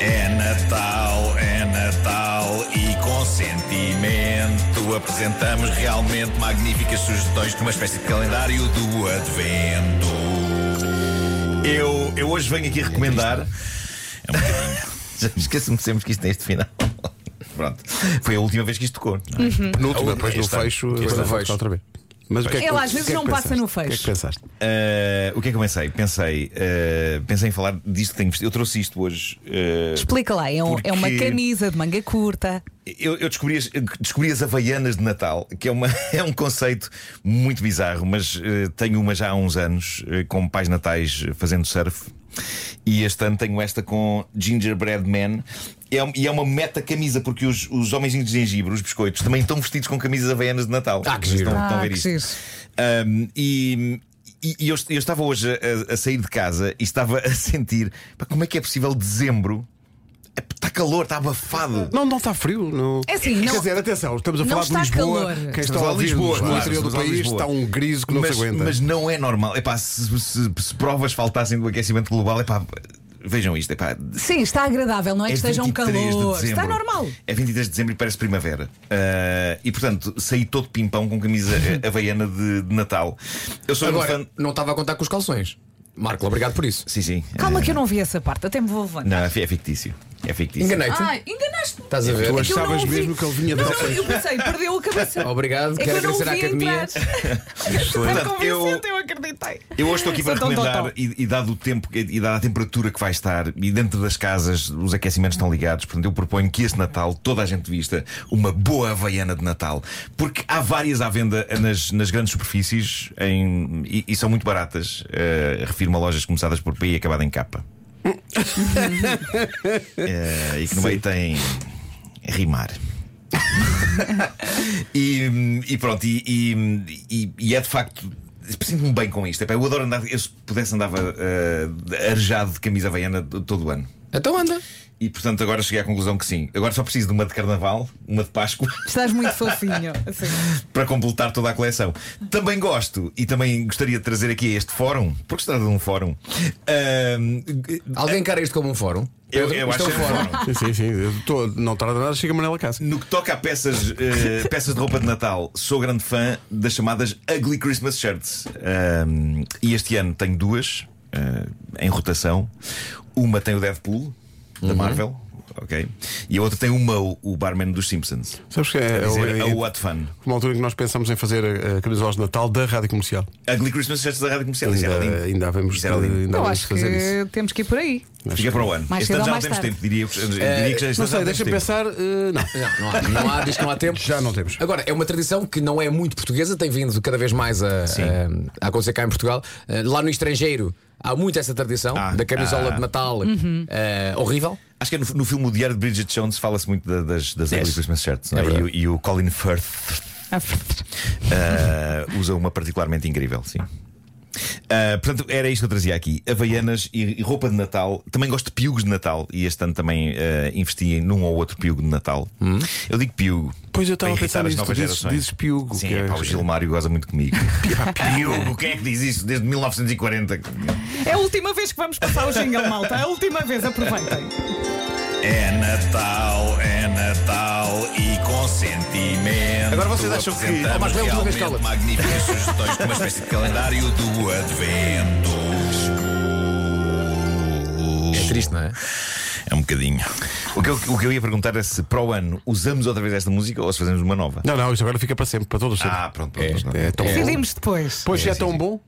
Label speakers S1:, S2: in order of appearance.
S1: É Natal, é Natal e com sentimento apresentamos realmente magníficas sugestões numa espécie de calendário do Advento.
S2: Eu, eu hoje venho aqui recomendar.
S1: É um bocadinho.
S2: Já Esqueço-me sempre que isto tem este final. Pronto. Foi a última vez que isto tocou. não é?
S3: No último, depois no
S1: Este ano.
S3: fecho,
S1: Este ano.
S3: agora volta outra vez. Mas o que é que
S4: Ele
S3: o
S4: às
S3: que
S4: vezes
S3: é que
S4: não passa
S3: pensaste?
S4: no fecho.
S3: O que é que pensaste?
S2: Uh, o que é que eu pensei? Pensei, uh, pensei em falar disto que tenho vestido. Eu trouxe isto hoje. uh,
S4: Explica lá, é, um- é uma
S2: Porque-
S4: camisa de manga curta.
S2: eu, eu descobri, as, descobri as Havaianas de Natal, que é, uma, é um conceito muito bizarro, mas eh, tenho uma já há uns anos, eh, com pais natais eh, fazendo surf, e este ano tenho esta com Gingerbread Man. É, um- e é uma meta camisa, porque os, os homenzinhos de gengibre, os biscoitos, também estão vestidos com camisas havaianas de Natal.
S3: Ah, que
S2: Vocês
S3: giro.
S2: Estão, estão a
S4: Ah,
S2: ver
S4: que
S2: isto.
S4: giro.
S2: Um, e. e- e eu, eu estava hoje a, a sair de casa e estava a sentir pá, como é que é possível dezembro? Está calor, está abafado.
S3: Não, não está frio. Não...
S4: É assim, não-
S3: Quer dizer, atenção, estamos a
S4: não
S3: falar de
S4: está
S3: Lisboa.
S4: calor.
S3: Quem
S2: Estamos
S3: está
S2: a falar
S3: a
S2: de
S3: ouvir
S2: Lisboa,
S3: no
S2: claro,
S3: interior do
S2: estamos a falar de
S3: país
S2: Lisboa.
S3: está um griso que não
S2: mas,
S3: se aguenta.
S2: mas não é normal. Epá, se, se, se provas faltassem do aquecimento global, epá, vejam isto. Epá,
S4: Sim, está agradável, não é,
S2: é
S4: que esteja um
S2: 23 de
S4: calor. Está
S2: dezembro.
S4: normal.
S2: É 23 de dezembro e parece primavera. Ah, e portanto, saí todo pimpão com camisa eh, havaiana de, de Natal. Eu sou um fã.
S5: Agora, não estava a contar com os calções. Marco, obrigado por isso.
S2: Sim, sim.
S4: Calma
S3: É.
S2: Ah,
S4: que eu não vi essa parte, até me vou levantar.
S2: Não, é fi- é fictício. É fictício.
S5: Enganei-te.
S4: Ai, enganaste-me.
S5: Estás a
S4: É que
S5: ver?
S4: eu não
S3: Então, achavas
S4: ouvi.
S3: mesmo que ele vinha
S4: não,
S3: dar-
S4: Eu pensei, perdeu a cabeça.
S5: Obrigado,
S4: É que
S5: quero
S4: eu não
S5: agradecer à
S4: ouvi
S5: academia.
S4: entrar. Foi
S2: Portanto, eu-
S4: convincente, eu acreditei.
S2: Eu hoje estou aqui para
S4: Sou tão
S2: recomendar,
S4: totó.
S2: e, e dado o tempo que- e dada a temperatura que vai estar, e dentro das casas os aquecimentos estão ligados, portanto eu proponho que este Natal toda a gente vista uma boa Havaiana de Natal, porque há várias à venda nas, nas grandes superfícies em- e, e são muito baratas. Eh, Refiro-me a lojas começadas por P e acabada em capa. Eh, e que no meio tem rimar. E, e pronto, e, e- e- e é de facto. Sinto-me bem com isto. Epá, Eu adoro andar. Eu, se pudesse, andava eh, arejado de camisa havaiana t- todo o ano.
S5: Então anda.
S2: E portanto, agora cheguei à conclusão que sim. Agora só preciso de uma de carnaval, uma de Páscoa,
S4: Estás muito fofinho. assim.
S2: para completar toda a coleção. Também gosto, e também gostaria de trazer aqui a este fórum, porque se trata de um fórum. ahm,
S5: Alguém encara isto como um fórum?
S2: eu
S5: Pedro,
S2: eu
S5: isto
S2: acho que
S5: é
S2: é
S5: um
S2: um fórum.
S3: Sim, sim, sim. Eu estou- não tarda nada, chega a Manela Cássio.
S2: No que toca a peças, eh, peças de roupa de Natal, sou grande fã das chamadas Ugly Christmas Shirts. Ahm, e este ano tenho duas eh, em rotação. Uma tem o Deadpool, da
S3: Uhum.
S2: Marvel. Ok. E a outra tem o Mo, o barman dos Simpsons.
S3: Sabes que é,
S2: Quer dizer,
S3: é-
S2: a What Fun.
S3: uma altura em que nós pensamos em fazer eh, camisolas de Natal da rádio comercial.
S2: Ugly Christmas Shirts da rádio comercial. Isso
S3: Ainda,
S2: era lindo.
S3: ainda havemos
S2: Isso era lindo.
S3: ainda
S4: Eu
S3: havemos de
S4: acho que
S3: fazer isso.
S4: temos que ir por aí.
S2: Fica para o ano.
S4: Mais
S2: este
S4: cedo
S2: ano
S4: ou
S2: já não temos
S4: mais tarde.
S2: tempo, diria. que- diria que já este
S3: Eh, Não
S2: ano já
S3: sei,
S2: não temos
S3: deixa
S2: tempo.
S3: pensar. eh, não.
S5: Não, não há, não há, diz que não há tempo.
S3: Já não temos.
S5: Agora, é uma tradição que não é muito portuguesa, tem vindo cada vez mais a, a- a acontecer cá em Portugal. Eh, Lá no estrangeiro há muito essa tradição
S2: Ah,
S5: da camisola
S2: ah.
S5: de Natal
S4: Uhum.
S5: eh, horrível.
S2: Acho que é no, no filme O Diário de Bridget Jones fala-se muito da- das, das Ugly
S5: Yes.
S2: Christmas Shirts. não é?
S5: É
S2: E
S5: verdade.
S2: o- e o Colin Firth Uh, usa uma particularmente incrível, sim. Uh, portanto, era isto que eu trazia aqui: Havaianas e, e roupa de Natal. Também gosto de piugos de Natal e este ano também uh, investi num ou outro piugo de Natal. Eu digo piugo.
S3: Pois eu
S2: para
S3: estava a
S2: irritar
S3: pensar
S2: as
S3: nisso,
S2: novas
S3: tu dizes-
S2: gerações.
S3: dizes piugo,
S2: Sim,
S3: que
S2: é,
S3: é-
S2: pá, o Gilmário goza muito comigo. piugo, quem é que diz isso? Desde 1940.
S4: É a última vez que vamos passar o jingle, malta. É a última vez, aproveitem.
S1: É Natal, é Natal e com sentimento.
S2: Agora vocês acham que-
S1: apresentamos
S5: Oh, Marco, leva outra vez,
S1: realmente
S5: cala-te.
S1: magníficas sugestões com uma espécie de calendário do Advento.
S5: É triste, não é?
S1: É um bocadinho.
S2: O que, eu, o que eu ia perguntar é se para o ano usamos outra vez esta música ou se fazemos uma nova.
S3: é.
S5: É,
S3: Não, não, isto agora fica para sempre, para todos. sempre.
S2: Ah, pronto, pronto. pronto.
S3: é tão bom.
S4: Decidimos depois.
S3: Pois é, tão bom.